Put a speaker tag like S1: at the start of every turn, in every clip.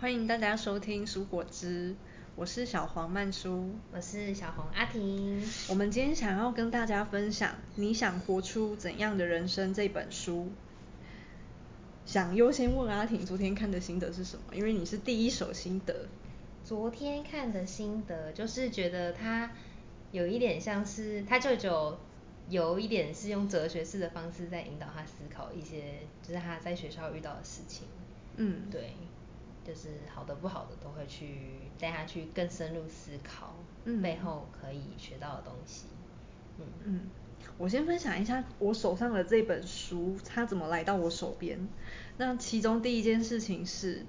S1: 欢迎大家收听《蔬果汁》，我是小黄曼舒。
S2: 我是小红阿婷。
S1: 我们今天想要跟大家分享《你想活出怎样的人生》这本书。想优先问阿婷昨天看的心得是什么？因为你是第一手心得。
S2: 昨天看的心得就是觉得他有一点像是他舅舅，有一点是用哲学式的方式在引导他思考一些，就是他在学校遇到的事情。
S1: 嗯
S2: 对，就是好的不好的都会去带他去更深入思考，
S1: 嗯
S2: 背后可以学到的东西。嗯
S1: 嗯，我先分享一下我手上的这本书，它怎么来到我手边。那其中第一件事情是，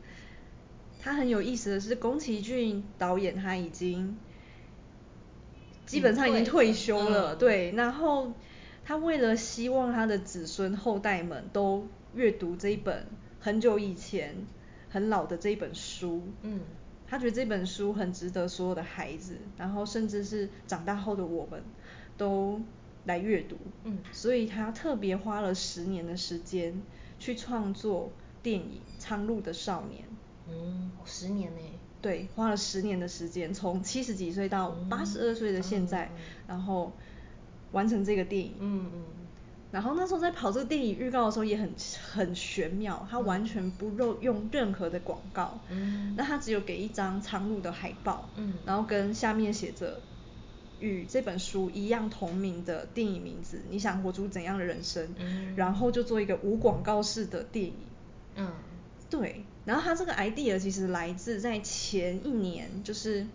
S1: 它很有意思的是，宫崎骏导演他已经基本上已经
S2: 隐退
S1: 退休了，
S2: 嗯
S1: 对。然后他为了希望他的子孙后代们都阅读这一本很久以前很老的这一本书，
S2: 嗯
S1: 他觉得这本书很值得所有的孩子，然后甚至是长大后的我们都来阅读。
S2: 嗯
S1: 所以他特别花了十年的时间去创作电影《苍鹭的少年》。
S2: 嗯，十年呢、
S1: 对，花了十年的时间，从七十几岁到八十二岁的现在，
S2: 嗯
S1: 然后完成这个电影。
S2: 嗯嗯
S1: 然后那时候在跑这个电影预告的时候也很很玄妙，它完全不用用任何的广告，
S2: 嗯
S1: 那它只有给一张苍鹭的海报，
S2: 嗯
S1: 然后跟下面写着与这本书一样同名的电影名字，你想活出怎样的人生，
S2: 嗯
S1: 然后就做一个无广告式的电影，
S2: 嗯
S1: 对，然后他这个 idea 其实来自在前一年，就是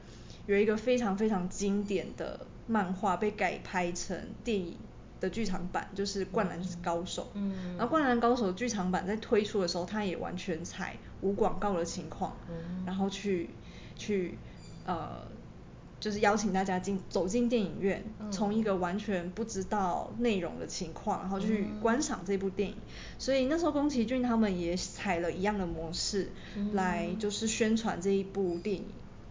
S1: 有一个非常非常经典的漫画被改拍成电影的剧场版，就是《灌篮高手》。
S2: 嗯
S1: 然后《灌篮高手》剧场版在推出的时候，它也完全采无广告的情况，
S2: 嗯
S1: 然后去去呃，就是邀请大家进走进电影院，
S2: 嗯
S1: 从一个完全不知道内容的情况，然后去
S2: 嗯
S1: 观赏这部电影。所以那时候宫崎骏他们也采了一样的模式，
S2: 嗯
S1: 来就是宣传这一部电影。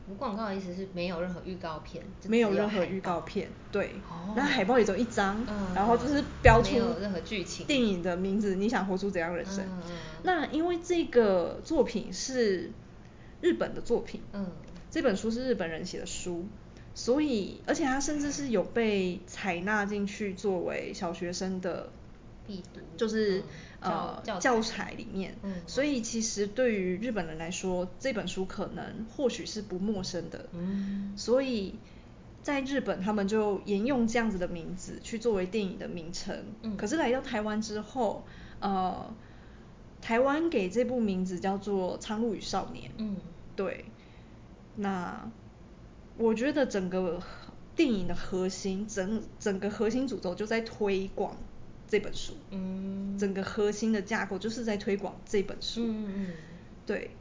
S2: 无广告的意思是没有任何预告片，就
S1: 没有
S2: 只
S1: 任何
S2: 海
S1: 预
S2: 报
S1: 告片，对，
S2: 哦
S1: 那海报也只有一张，
S2: 嗯
S1: 然后就是
S2: 嗯
S1: 标
S2: 没
S1: 出
S2: 有任何剧情
S1: 电影的名字，你想活出怎样人生？
S2: 嗯嗯
S1: 那因为这个作品是日本的作品，
S2: 嗯
S1: 这本书是日本人写的书，所以而且它甚至是有被采纳进去作为小学生的
S2: 必读
S1: 就是、
S2: 嗯
S1: 呃教
S2: 教教
S1: 材
S2: 材
S1: 里面，
S2: 嗯
S1: 所以其实对于日本人来说，这本书可能或许是不陌生的，
S2: 嗯
S1: 所以在日本他们就沿用这样子的名字去作为电影的名称，
S2: 嗯
S1: 可是来到台湾之后，呃，台湾给这部名字叫做《苍鹭与少年》，
S2: 嗯
S1: 对，那我觉得整个电影的核心，整整个核心主轴就在推广这本书，
S2: 嗯
S1: 整个核心的架构就是在推广这本书，
S2: 嗯嗯嗯
S1: 对，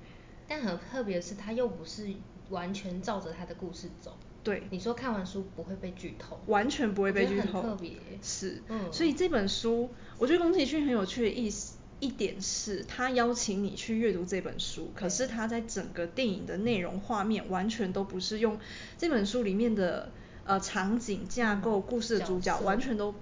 S2: 但很特别的是，它又不是完全照着它的故事走。
S1: 对
S2: 你说看完书不会被剧透，
S1: 完全不会
S2: 我
S1: 被
S2: 觉得
S1: 剧
S2: 很
S1: 透，
S2: 特别
S1: 是，
S2: 嗯
S1: 所以这本书，我觉得宫崎骏很有趣的意思。一点是他邀请你去阅读这本书，可是他在整个电影的内容、画面完全都不是用这本书里面的呃场景、架构、
S2: 嗯
S1: 故事的主角
S2: 角色
S1: 完全都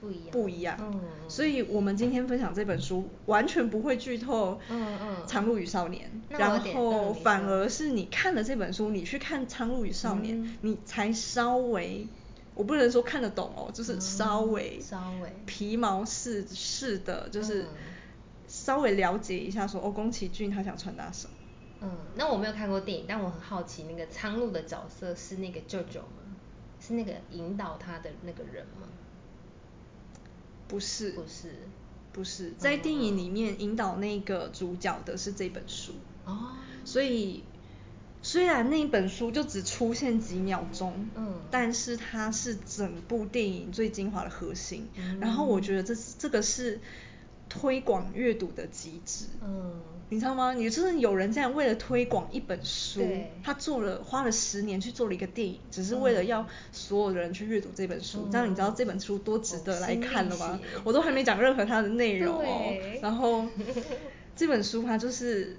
S2: 不一样
S1: 不一样。
S2: 嗯
S1: 所以我们今天分享这本书完全不会剧透。
S2: 嗯嗯
S1: 苍鹭与少年，
S2: 那我有
S1: 然
S2: 点嗯
S1: 后
S2: 你
S1: 反
S2: 说
S1: 而是你看了这本书，你去看《苍鹭与少年》
S2: 嗯
S1: 你才稍微，我不能说看得懂哦，就是稍
S2: 嗯
S1: 微、
S2: 稍微
S1: 皮毛似似的，就是
S2: 嗯
S1: 稍微了解一下说哦，宫崎骏他想传达什么。
S2: 嗯，那我没有看过电影，但我很好奇，那个苍鹭的角色是那个舅舅吗？是那个引导他的那个人吗？
S1: 不是，
S2: 不是
S1: 不是，在电影里面引导那个主角的是这本书，
S2: 哦，
S1: 所以虽然那本书就只出现几秒钟，
S2: 嗯
S1: 但是它是整部电影最精华的核心。然后
S2: 嗯
S1: 我觉得这是这个是推广阅读的极致。
S2: 嗯
S1: 你知道吗？你就是有人这样为了推广一本书
S2: 对，
S1: 他做了花了十年去做了一个电影，只是为了要所有的人去阅读这本书。这样你知道这本书多值得来看了吗
S2: 嗯哦心力？血
S1: 我都还没讲任何它的内容哦
S2: 对。
S1: 然后这本书它就是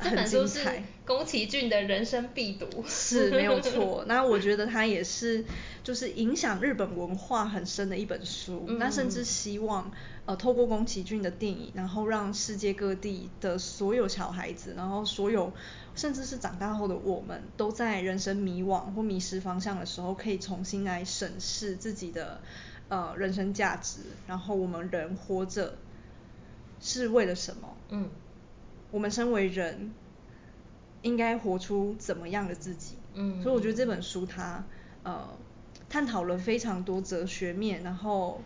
S2: 这
S1: 很
S2: 本
S1: 精
S2: 书是
S1: 彩，
S2: 宫崎骏的人生必读。
S1: 是没有错。那我觉得它也是就是影响日本文化很深的一本书。那甚至希望呃透过宫崎骏的电影，然后让世界各地的所有小孩子，然后所有甚至是长大后的我们，都在人生迷惘或迷失方向的时候，可以重新来审视自己的呃人生价值，然后我们人活着是为了什么？
S2: 嗯，
S1: 我们身为人，应该活出怎么样的自己？
S2: 嗯
S1: 所以我觉得这本书它呃探讨了非常多哲学面，然后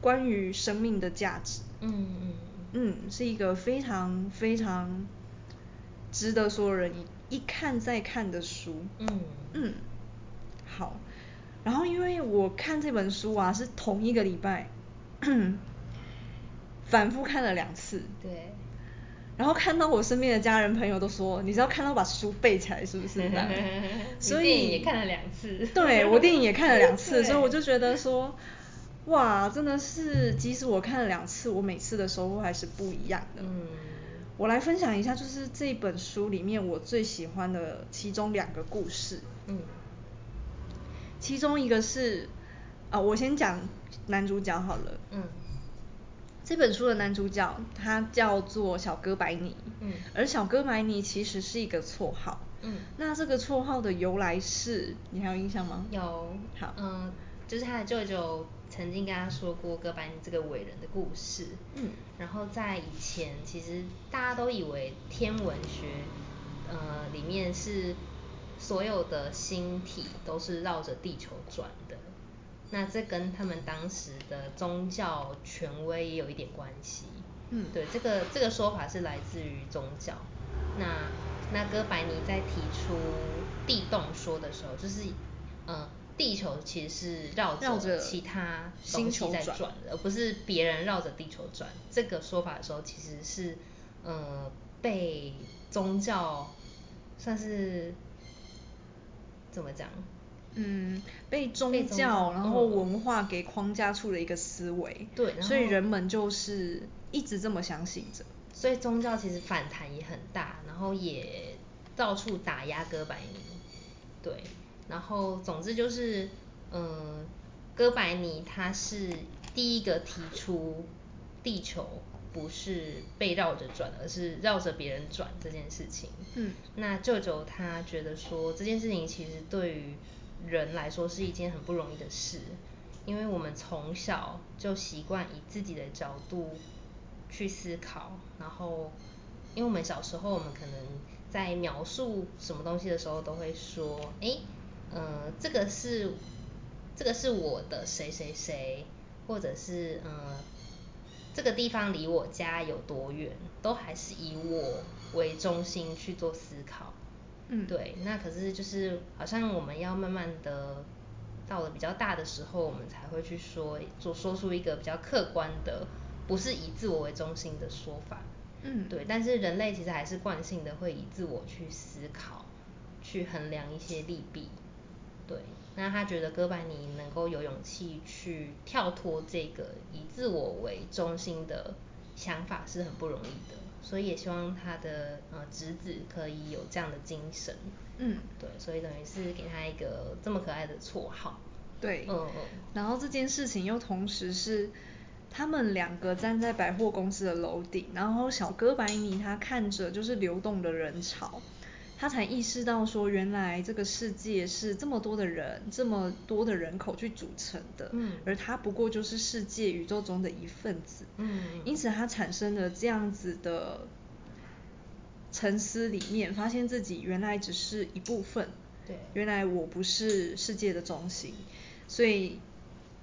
S1: 关于生命的价值，
S2: 嗯嗯
S1: 嗯，是一个非常非常值得所有人一一看再看的书，
S2: 嗯
S1: 嗯，好，然后因为我看这本书啊是同一个礼拜， 反复看了两次，
S2: 对，
S1: 然后看到我身边的家人朋友都说，你是要看到把书背起来是不是？ 所以
S2: 你电影也看了两次
S1: 对我电影也看了两次，
S2: 对
S1: 所以我就觉得说，哇，真的是，即使我看了两次，我每次的收获还是不一样的。
S2: 嗯
S1: 我来分享一下，就是这本书里面我最喜欢的其中两个故事。
S2: 嗯
S1: 其中一个是，啊，我先讲男主角好了。
S2: 嗯
S1: 这本书的男主角他叫做小哥白尼，
S2: 嗯
S1: 而小哥白尼其实是一个绰号，
S2: 嗯
S1: 那这个绰号的由来是，你还有印象吗？
S2: 有
S1: 好，
S2: 嗯，就是他的舅舅曾经跟他说过哥白尼这个伟人的故事，
S1: 嗯
S2: 然后在以前其实大家都以为天文学，呃，里面是所有的星体都是绕着地球转的，那这跟他们当时的宗教权威也有一点关系，
S1: 嗯
S2: 对，这个这个说法是来自于宗教。那那哥白尼在提出地动说的时候，就是呃，地球其实是绕
S1: 绕着
S2: 其他
S1: 星
S2: 东
S1: 球
S2: 西在
S1: 转
S2: 转的，而不是别人绕着地球转。这个说法的时候，其实是呃被宗教算是怎么讲？
S1: 嗯，被
S2: 被
S1: 宗
S2: 宗
S1: 教
S2: 教
S1: 然后
S2: 嗯
S1: 文化给框架住了一个思维，
S2: 对然
S1: 所以
S2: 后
S1: 人们就是一直这么相信着。
S2: 所以宗教其实反弹也很大，然后也到处打压哥白尼，对，然后总之就是，嗯，哥白尼他是第一个提出地球不是被绕着转，而是绕着别人转这件事情。
S1: 嗯
S2: 那舅舅他觉得说这件事情其实对于人来说是一件很不容易的事，因为我们从小就习惯以自己的角度去思考，然后因为我们小时候我们可能在描述什么东西的时候都会说，诶，呃，这个是这个是我的谁谁谁，或者是呃这个地方离我家有多远，都还是以我为中心去做思考。
S1: 嗯
S2: 对，那可是就是好像我们要慢慢的到了比较大的时候，我们才会去说做说出一个比较客观的，不是以自我为中心的说法。
S1: 嗯
S2: 对，但是人类其实还是惯性的会以自我去思考，去衡量一些利弊。对，那他觉得哥白尼能够有勇气去跳脱这个以自我为中心的想法是很不容易的，所以也希望他的呃侄子可以有这样的精神。
S1: 嗯
S2: 对，所以等于是给他一个这么可爱的绰号。
S1: 对，
S2: 嗯嗯
S1: 然后这件事情又同时是他们两个站在百货公司的楼顶，然后小哥白尼他看着就是流动的人潮，他才意识到说原来这个世界是这么多的人，这么多的人口去组成的，
S2: 嗯
S1: 而他不过就是世界宇宙中的一份子，
S2: 嗯
S1: 因此他产生了这样子的沉思里面，发现自己原来只是一部分，
S2: 对
S1: 原来我不是世界的中心，所以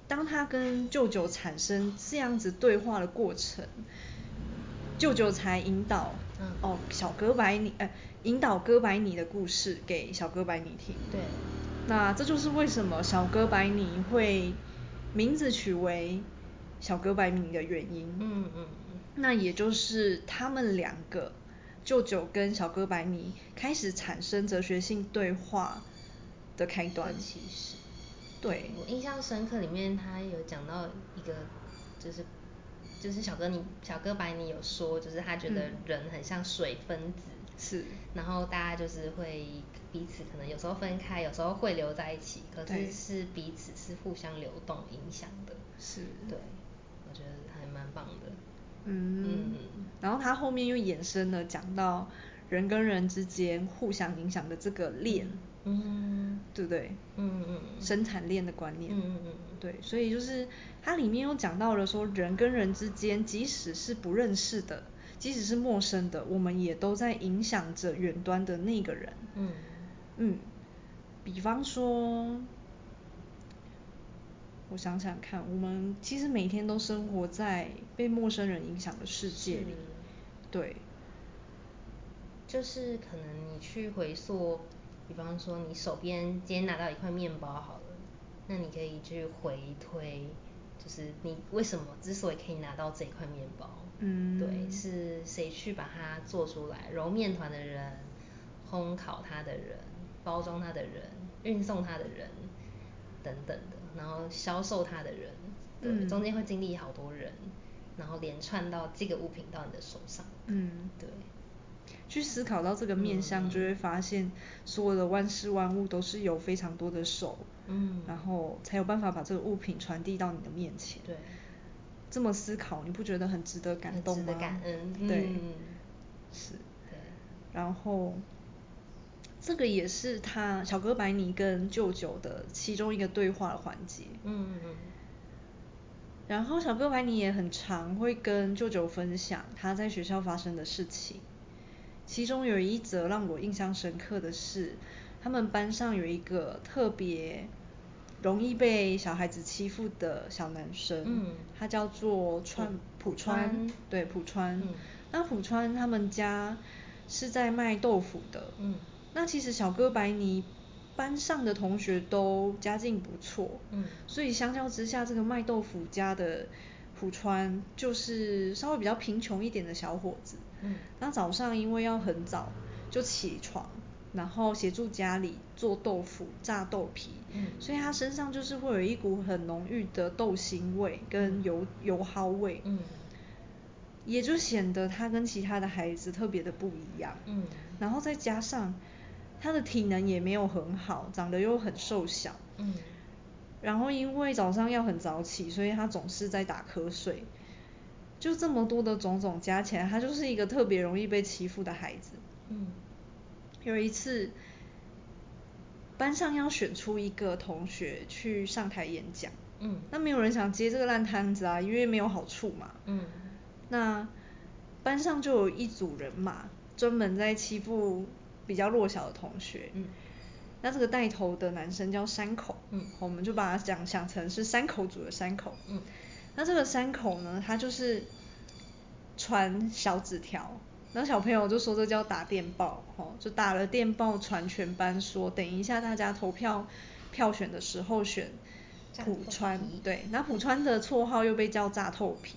S1: 当他跟舅舅产生这样子对话的过程，舅舅才引导，
S2: 嗯
S1: 哦，小哥白尼，呃，引导哥白尼的故事给小哥白尼听，
S2: 对，
S1: 那这就是为什么小哥白尼会名字取为小哥白尼的原因。
S2: 嗯嗯嗯
S1: 那也就是他们两个，舅舅跟小哥白尼开始产生哲学性对话的开端。
S2: 的启示。
S1: 对，
S2: 我印象深刻，里面他有讲到一个，就是就是小哥你小哥白尼有说，就是他觉得
S1: 嗯
S2: 人很像水分子，
S1: 是
S2: 然后大家就是会彼此可能有时候分开，有时候会留在一起，可
S1: 对
S2: 是是彼此是互相流动影响的。
S1: 是
S2: 对，我觉得还蛮棒的。
S1: 嗯
S2: 嗯，
S1: 然后他后面又衍生了讲到人跟人之间互相影响的这个链，
S2: 嗯
S1: 对不对？
S2: 嗯嗯嗯
S1: 生产链的观念，
S2: 嗯嗯嗯嗯
S1: 对，所以就是它里面又讲到了说，人跟人之间，即使是不认识的，即使是陌生的，我们也都在影响着远端的那个人。
S2: 嗯
S1: 嗯，比方说，我想想看，我们其实每天都生活在被陌生人影响的世界里
S2: 是，
S1: 对，
S2: 就是可能你去回溯，比方说你手边今天拿到一块面包好了，那你可以去回推，就是你为什么之所以可以拿到这一块面包，
S1: 嗯
S2: 对，是谁去把它做出来？揉面团的人，烘烤它的人，包装它的人，运送它的人，等等的，然后销售它的人，对，
S1: 嗯
S2: 中间会经历好多人，然后连串到这个物品到你的手上，
S1: 嗯
S2: 对。
S1: 去思考到这个面
S2: 嗯
S1: 向，就会发现所有的万事万物都是有非常多的手，
S2: 嗯
S1: 然后才有办法把这个物品传递到你的面前。
S2: 对，
S1: 这么思考，你不觉得很值得感
S2: 很
S1: 动
S2: 值
S1: 吗？
S2: 得感恩
S1: 对，
S2: 嗯
S1: 是。
S2: 对，
S1: 然后，这个也是他小哥白尼跟舅舅的其中一个对话的环节。
S2: 嗯嗯嗯，
S1: 然后小哥白尼也很常会跟舅舅分享他在学校发生的事情，其中有一则让我印象深刻的是，他们班上有一个特别容易被小孩子欺负的小男生，
S2: 嗯
S1: 他叫做川
S2: 浦
S1: 浦川，
S2: 川
S1: 对浦川。
S2: 嗯
S1: 那浦川他们家是在卖豆腐的，
S2: 嗯
S1: 那其实小哥白尼班上的同学都家境不错，
S2: 嗯
S1: 所以相较之下，这个卖豆腐家的浦川就是稍微比较贫穷一点的小伙子。
S2: 嗯
S1: 那早上因为要很早就起床，然后协助家里做豆腐、炸豆皮，
S2: 嗯
S1: 所以他身上就是会有一股很浓郁的豆腥味跟油、油蒿味，
S2: 嗯
S1: 也就显得他跟其他的孩子特别的不一样。
S2: 嗯
S1: 然后再加上他的体能也没有很好，长得又很瘦小。
S2: 嗯
S1: 然后因为早上要很早起，所以他总是在打瞌睡。就这么多的种种加起来，他就是一个特别容易被欺负的孩子。
S2: 嗯
S1: 有一次，班上要选出一个同学去上台演讲，
S2: 嗯
S1: 那没有人想接这个烂摊子啊，因为没有好处嘛。
S2: 嗯
S1: 那班上就有一组人嘛，专门在欺负比较弱小的同学。
S2: 嗯
S1: 那这个带头的男生叫山口，
S2: 嗯
S1: 我们就把他讲想成是山口组的山口。
S2: 嗯
S1: 那这个山口呢，他就是传小纸条，然后小朋友就说这叫打电报，哦，就打了电报传全班说，等一下大家投票票选的时候选
S2: 炸
S1: 浦
S2: 透
S1: 川
S2: 皮，
S1: 对，那浦川的绰号又被叫炸透皮，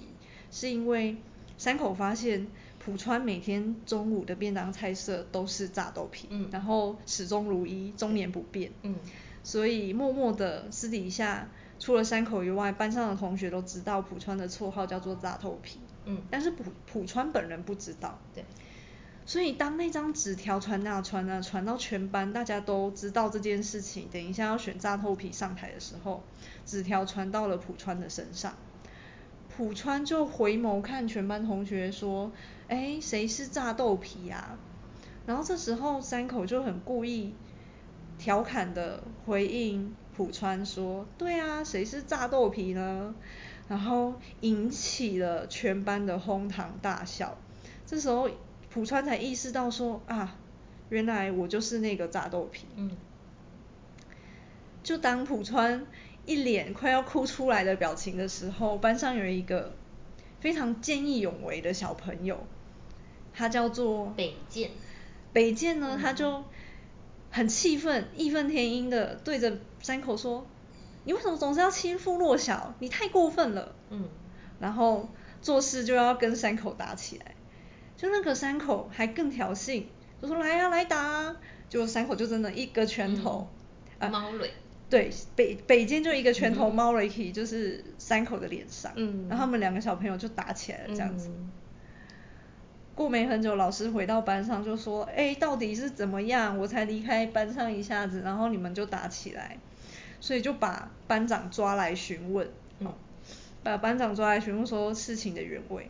S1: 是因为山口发现浦川每天中午的便当菜色都是炸豆皮，
S2: 嗯
S1: 然后始终如一，终年不变，
S2: 嗯
S1: 所以默默的私底下，除了山口以外，班上的同学都知道浦川的绰号叫做炸头皮，
S2: 嗯
S1: 但是浦浦川本人不知道，
S2: 对，
S1: 所以当那张纸条传啊传啊传到全班，大家都知道这件事情，等一下要选炸头皮上台的时候，纸条传到了浦川的身上，浦川就回眸看全班同学说：“哎，谁是炸豆皮呀、然后这时候山口就很故意调侃的回应浦川说：“对啊，谁是炸豆皮呢？”然后引起了全班的哄堂大笑。这时候浦川才意识到说：“啊，原来我就是那个炸豆皮。”
S2: 嗯
S1: 就当浦川一脸快要哭出来的表情的时候，班上有一个非常见义勇为的小朋友，他叫做
S2: 北嗯见
S1: 北见呢，他就很气愤、义愤填膺的对着山口说：“你为什么总是要欺负弱小？你太过分了！”
S2: 嗯
S1: 然后做事就要跟山口打起来。就那个山口还更挑衅，就说来啊来打啊，结果山口就真的一个拳头，啊，
S2: 嗯猫蕊
S1: 对，北北京就一个拳头猫了一起，就是山口的脸上，
S2: 嗯
S1: 然后他们两个小朋友就打起来了，这样子。
S2: 嗯
S1: 过没很久，老师回到班上就说：“哎，到底是怎么样？我才离开班上一下子，然后你们就打起来。”所以就把班长抓来询问，哦
S2: 嗯
S1: 把班长抓来询问说事情的原委。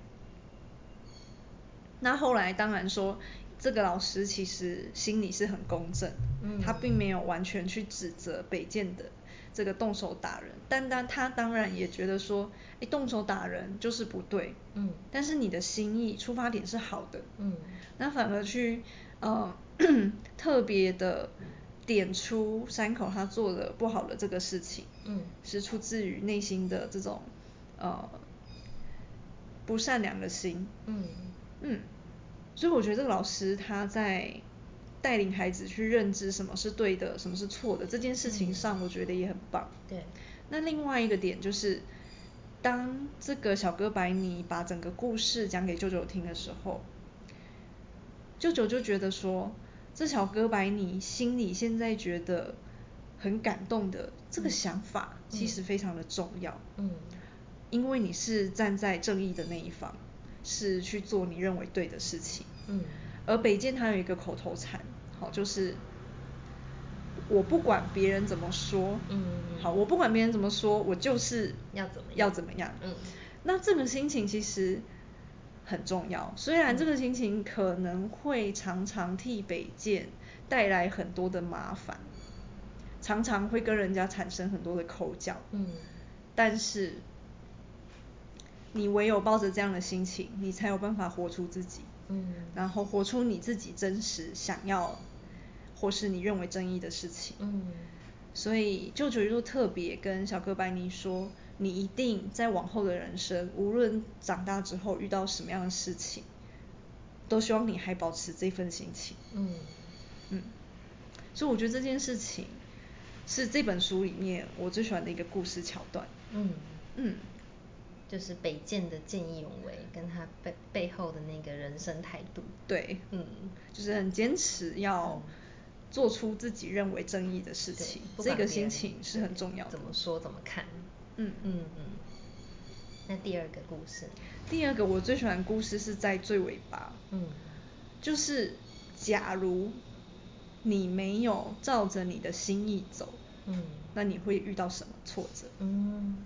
S1: 那后来当然说，这个老师其实心里是很公正，
S2: 嗯
S1: 他并没有完全去指责北建的这个动手打人，但但他当然也觉得说，诶，动手打人就是不对，
S2: 嗯
S1: 但是你的心意出发点是好的，
S2: 嗯
S1: 那反而去呃 特别的点出山口他做的不好的这个事情，
S2: 嗯
S1: 是出自于内心的这种呃不善良的心，
S2: 嗯
S1: 嗯，所以我觉得这个老师他在带领孩子去认知什么是对的，什么是错的这件事情上，我觉得也很棒。
S2: 嗯对
S1: 那另外一个点就是，当这个小哥白尼把整个故事讲给舅舅听的时候，舅舅就觉得说，这小哥白尼心里现在觉得很感动的这个想法，其实非常的重要。
S2: 嗯
S1: 因为你是站在正义的那一方，是去做你认为对的事情。
S2: 嗯
S1: 而北建他有一个口头禅，好，就是我不管别人怎么说，
S2: 嗯嗯
S1: 好，我不管别人怎么说，我就是
S2: 要怎么样
S1: 要怎么样，
S2: 嗯
S1: 那这个心情其实很重要，虽然这个心情可能会常常替北建带来很多的麻烦，常常会跟人家产生很多的口角，
S2: 嗯
S1: 但是你唯有抱着这样的心情，你才有办法活出自己，
S2: 嗯
S1: 然后活出你自己真实想要，或是你认为正义的事情，
S2: 嗯
S1: 所以舅舅就特别跟小哥白尼说，你一定在往后的人生，无论长大之后遇到什么样的事情，都希望你还保持这份心情。
S2: 嗯
S1: 嗯，所以我觉得这件事情是这本书里面我最喜欢的一个故事桥段。
S2: 嗯，
S1: 嗯，
S2: 就是北建的见义勇为，跟他背背后的那个人生态度。
S1: 对，
S2: 嗯，
S1: 就是很坚持要做出自己认为正义的事
S2: 对
S1: 情，
S2: 不
S1: 这
S2: 管
S1: 个
S2: 别
S1: 心
S2: 人
S1: 情是很重要的。
S2: 怎么说怎么看。
S1: 嗯
S2: 嗯嗯。那第二个故事，
S1: 第二个我最喜欢的故事是在最尾巴，
S2: 嗯
S1: 就是假如你没有照着你的心意走，
S2: 嗯
S1: 那你会遇到什么挫折？
S2: 嗯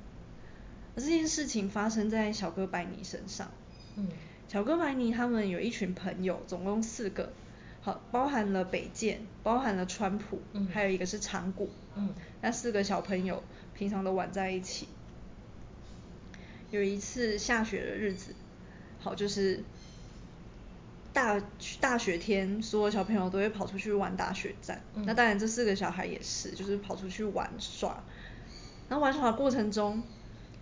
S1: 而这件事情发生在小哥白尼身上。
S2: 嗯
S1: 小哥白尼他们有一群朋友，总共四个，好，包含了北见，包含了川普，
S2: 嗯
S1: 还有一个是长谷，
S2: 嗯
S1: 那四个小朋友平常都玩在一起。有一次下雪的日子，好，就是大大雪天，所有小朋友都会跑出去玩打雪战。
S2: 嗯
S1: 那当然，这四个小孩也是，就是跑出去玩耍。然后玩耍的过程中，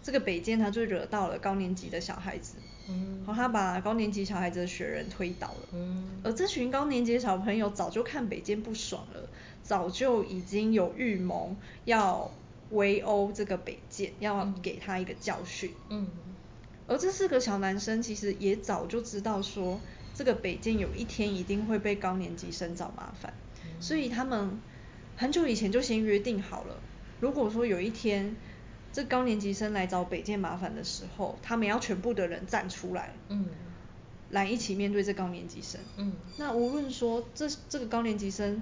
S1: 这个北见他就惹到了高年级的小孩子，
S2: 嗯
S1: 然后他把高年级小孩子的雪人推倒了。
S2: 嗯
S1: 而这群高年级的小朋友早就看北监不爽了，早就已经有预谋要围殴这个北监，要
S2: 嗯
S1: 给他一个教训。
S2: 嗯
S1: 而这四个小男生其实也早就知道说，这个北监有一天一定会被高年级生找麻烦，
S2: 嗯
S1: 所以他们很久以前就先约定好了，如果说有一天这高年级生来找北监麻烦的时候，他们要全部的人站出来，
S2: 嗯
S1: 来一起面对这高年级生。
S2: 嗯
S1: 那无论说这这个高年级生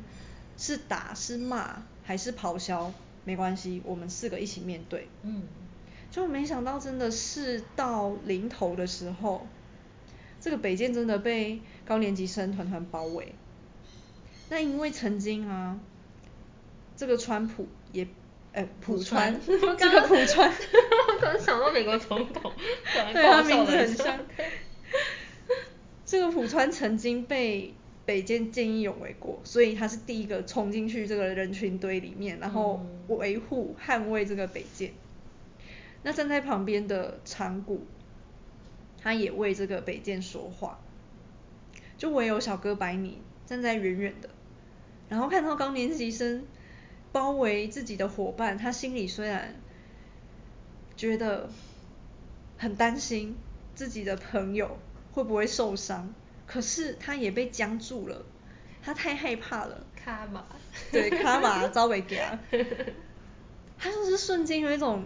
S1: 是打是骂还是咆哮，没关系，我们四个一起面对。
S2: 嗯
S1: 就没想到真的事到临头的时候，这个北建真的被高年级生团团包围。那因为曾经啊，这个川普也，呃，浦川， 这个浦 川，
S2: 突然想到美国总统，突然
S1: 对他
S2: 爆笑
S1: 名字
S2: 了一
S1: 很
S2: 下
S1: 像。 这个浦川曾经被北见见义勇为过，所以他是第一个冲进去这个人群堆里面，然后
S2: 嗯
S1: 维护、捍卫这个北见。那站在旁边的长谷，他也为这个北见说话。就唯有小哥白尼站在远远的，然后看到高年级生包围自己的伙伴，他心里虽然觉得很担心自己的朋友会不会受伤，可是他也被僵住了，他太害怕了，
S2: 卡玛。
S1: 啊对，卡玛招北给他，他就是瞬间有一种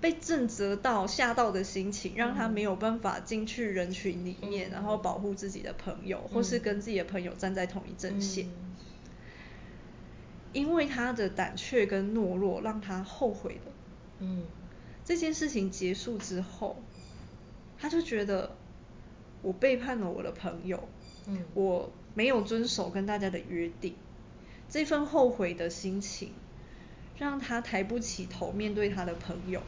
S1: 被震责到、吓到的心情，让他没有办法进去人群里面，
S2: 嗯
S1: 然后保护自己的朋友，或是
S2: 嗯
S1: 跟自己的朋友站在同一阵线。
S2: 嗯
S1: 因为他的胆怯跟懦弱，让他后悔了。
S2: 嗯
S1: 这件事情结束之后，他就觉得我背叛了我的朋友，
S2: 嗯
S1: 我没有遵守跟大家的约定，这份后悔的心情让他抬不起头面对他的朋友。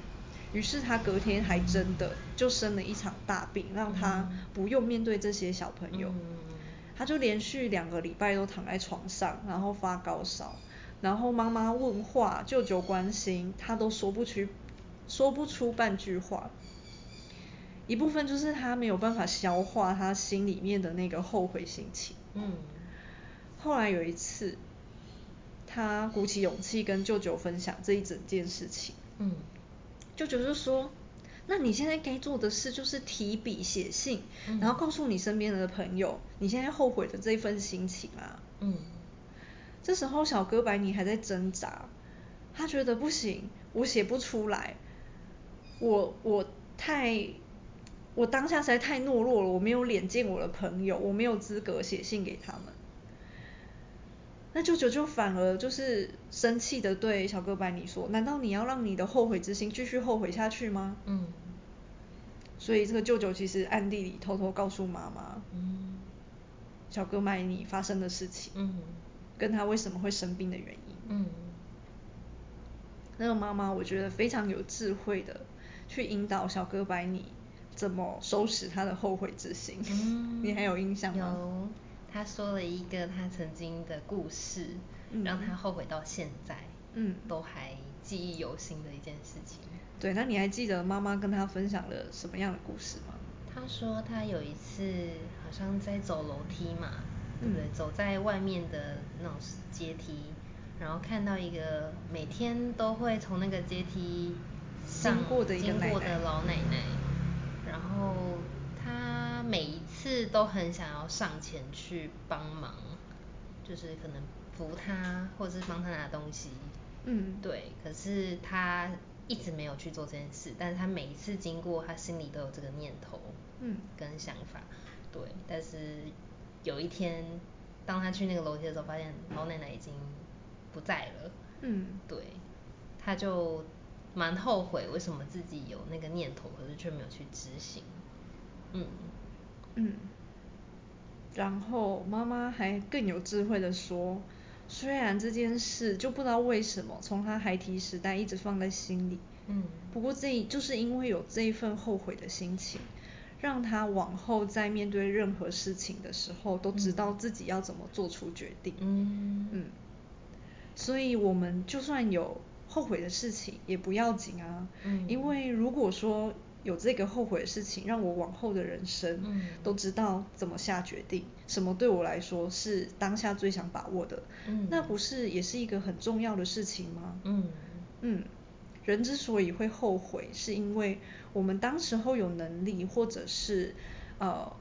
S1: 于是他隔天还真的就生了一场大病，让他
S2: 嗯
S1: 不用面对这些小朋友。
S2: 嗯嗯嗯
S1: 他就连续两个礼拜都躺在床上，然后发高烧，然后妈妈问话、舅舅关心，他都说不出说不出半句话。一部分就是他没有办法消化他心里面的那个后悔心情。
S2: 嗯
S1: 后来有一次，他鼓起勇气跟舅舅分享这一整件事情，
S2: 嗯
S1: 舅舅就说：“那你现在该做的事就是提笔写信，
S2: 嗯
S1: 然后告诉你身边的朋友，你现在后悔的这份心情啊。”
S2: 嗯
S1: 这时候小哥白尼还在挣扎，他觉得不行，我写不出来，我我太，我当下实在太懦弱了，我没有脸见我的朋友，我没有资格写信给他们。那舅舅就反而就是生气的对小哥白尼说：“难道你要让你的后悔之心继续后悔下去吗？”
S2: 嗯
S1: 所以这个舅舅其实暗地里偷偷告诉妈妈，
S2: 嗯
S1: 小哥白尼发生的事情，
S2: 嗯
S1: 跟他为什么会生病的原因。
S2: 嗯
S1: 那个妈妈，我觉得非常有智慧的去引导小哥白尼怎么收拾他的后悔之心。
S2: 嗯
S1: 你还有印象吗？
S2: 有，他说了一个他曾经的故事，
S1: 嗯
S2: 让他后悔到现在，
S1: 嗯
S2: 都还记忆犹新的一件事情。
S1: 对，那你还记得妈妈跟他分享了什么样的故事吗？
S2: 他说他有一次好像在走楼梯嘛，对不对？
S1: 嗯
S2: 走在外面的那种阶梯，然后看到一个每天都会从那个阶梯上
S1: 经过的一个
S2: 经
S1: 奶
S2: 过
S1: 奶
S2: 的老奶奶，然后他每一次都很想要上前去帮忙，就是可能扶她，或者是帮她拿东西。
S1: 嗯
S2: 对，可是他一直没有去做这件事，但是他每一次经过，他心里都有这个念头，
S1: 嗯
S2: 跟想法，对。但是有一天，当他去那个楼梯的时候，发现老奶奶已经不在了，
S1: 嗯
S2: 对，他就蛮后悔为什么自己有那个念头，可是却没有去执行，嗯
S1: 嗯。然后妈妈还更有智慧的说，虽然这件事就不知道为什么从他孩提时代一直放在心里，
S2: 嗯
S1: 不过这就是因为有这一份后悔的心情，让他往后在面对任何事情的时候，都知道
S2: 嗯
S1: 自己要怎么做出决定。
S2: 嗯
S1: 嗯，所以我们就算有后悔的事情，也不要紧啊，
S2: 嗯
S1: 因为如果说有这个后悔的事情，让我往后的人生
S2: 嗯
S1: 都知道怎么下决定，什么对我来说是当下最想把握的，
S2: 嗯
S1: 那不是也是一个很重要的事情吗？
S2: 嗯
S1: 嗯，人之所以会后悔，是因为我们当时候有能力，或者是呃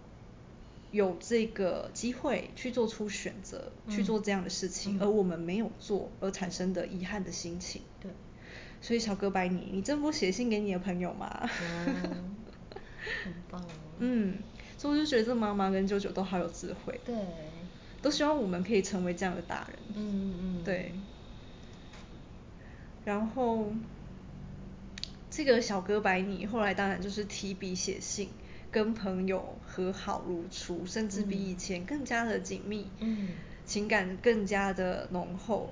S1: 有这个机会去做出选择，去
S2: 嗯
S1: 做这样的事情，
S2: 嗯
S1: 而我们没有做，而产生的遗憾的心情。
S2: 对。
S1: 所以小哥白尼，你真不写信给你的朋友吗？
S2: 嗯很棒哦
S1: 嗯，所以我就觉得这妈妈跟舅舅都好有智慧，
S2: 对，
S1: 都希望我们可以成为这样的大人。
S2: 嗯嗯嗯
S1: 对。然后这个小哥白尼后来当然就是提笔写信，跟朋友和好如初，甚至比以
S2: 嗯
S1: 前更加的紧密，
S2: 嗯
S1: 情感更加的浓厚。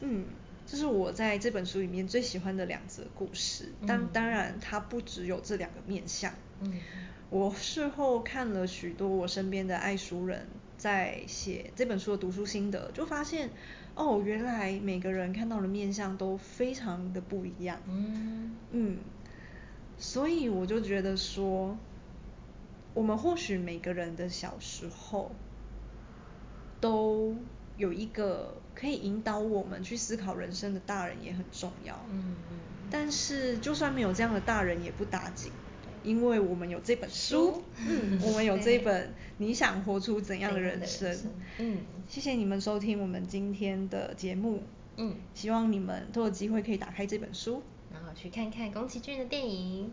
S1: 嗯，这是我在这本书里面最喜欢的两则故事。当、
S2: 嗯
S1: 当然，它不只有这两个面向。
S2: 嗯
S1: 我事后看了许多我身边的爱书人在写这本书的读书心得，就发现哦，原来每个人看到的面相都非常的不一样。
S2: 嗯
S1: 嗯，所以我就觉得说，我们或许每个人的小时候都有一个可以引导我们去思考人生的大人也很重要。
S2: 嗯嗯
S1: 但是就算没有这样的大人也不打紧，因为我们有这本书
S2: 书，
S1: 嗯，我们有这本《你想活出怎样的
S2: 怎样
S1: 人
S2: 的人
S1: 生》
S2: 生。嗯
S1: 谢谢你们收听我们今天的节目。
S2: 嗯
S1: 希望你们都有机会可以打开这本书。
S2: 然后去看看宫崎骏的电影。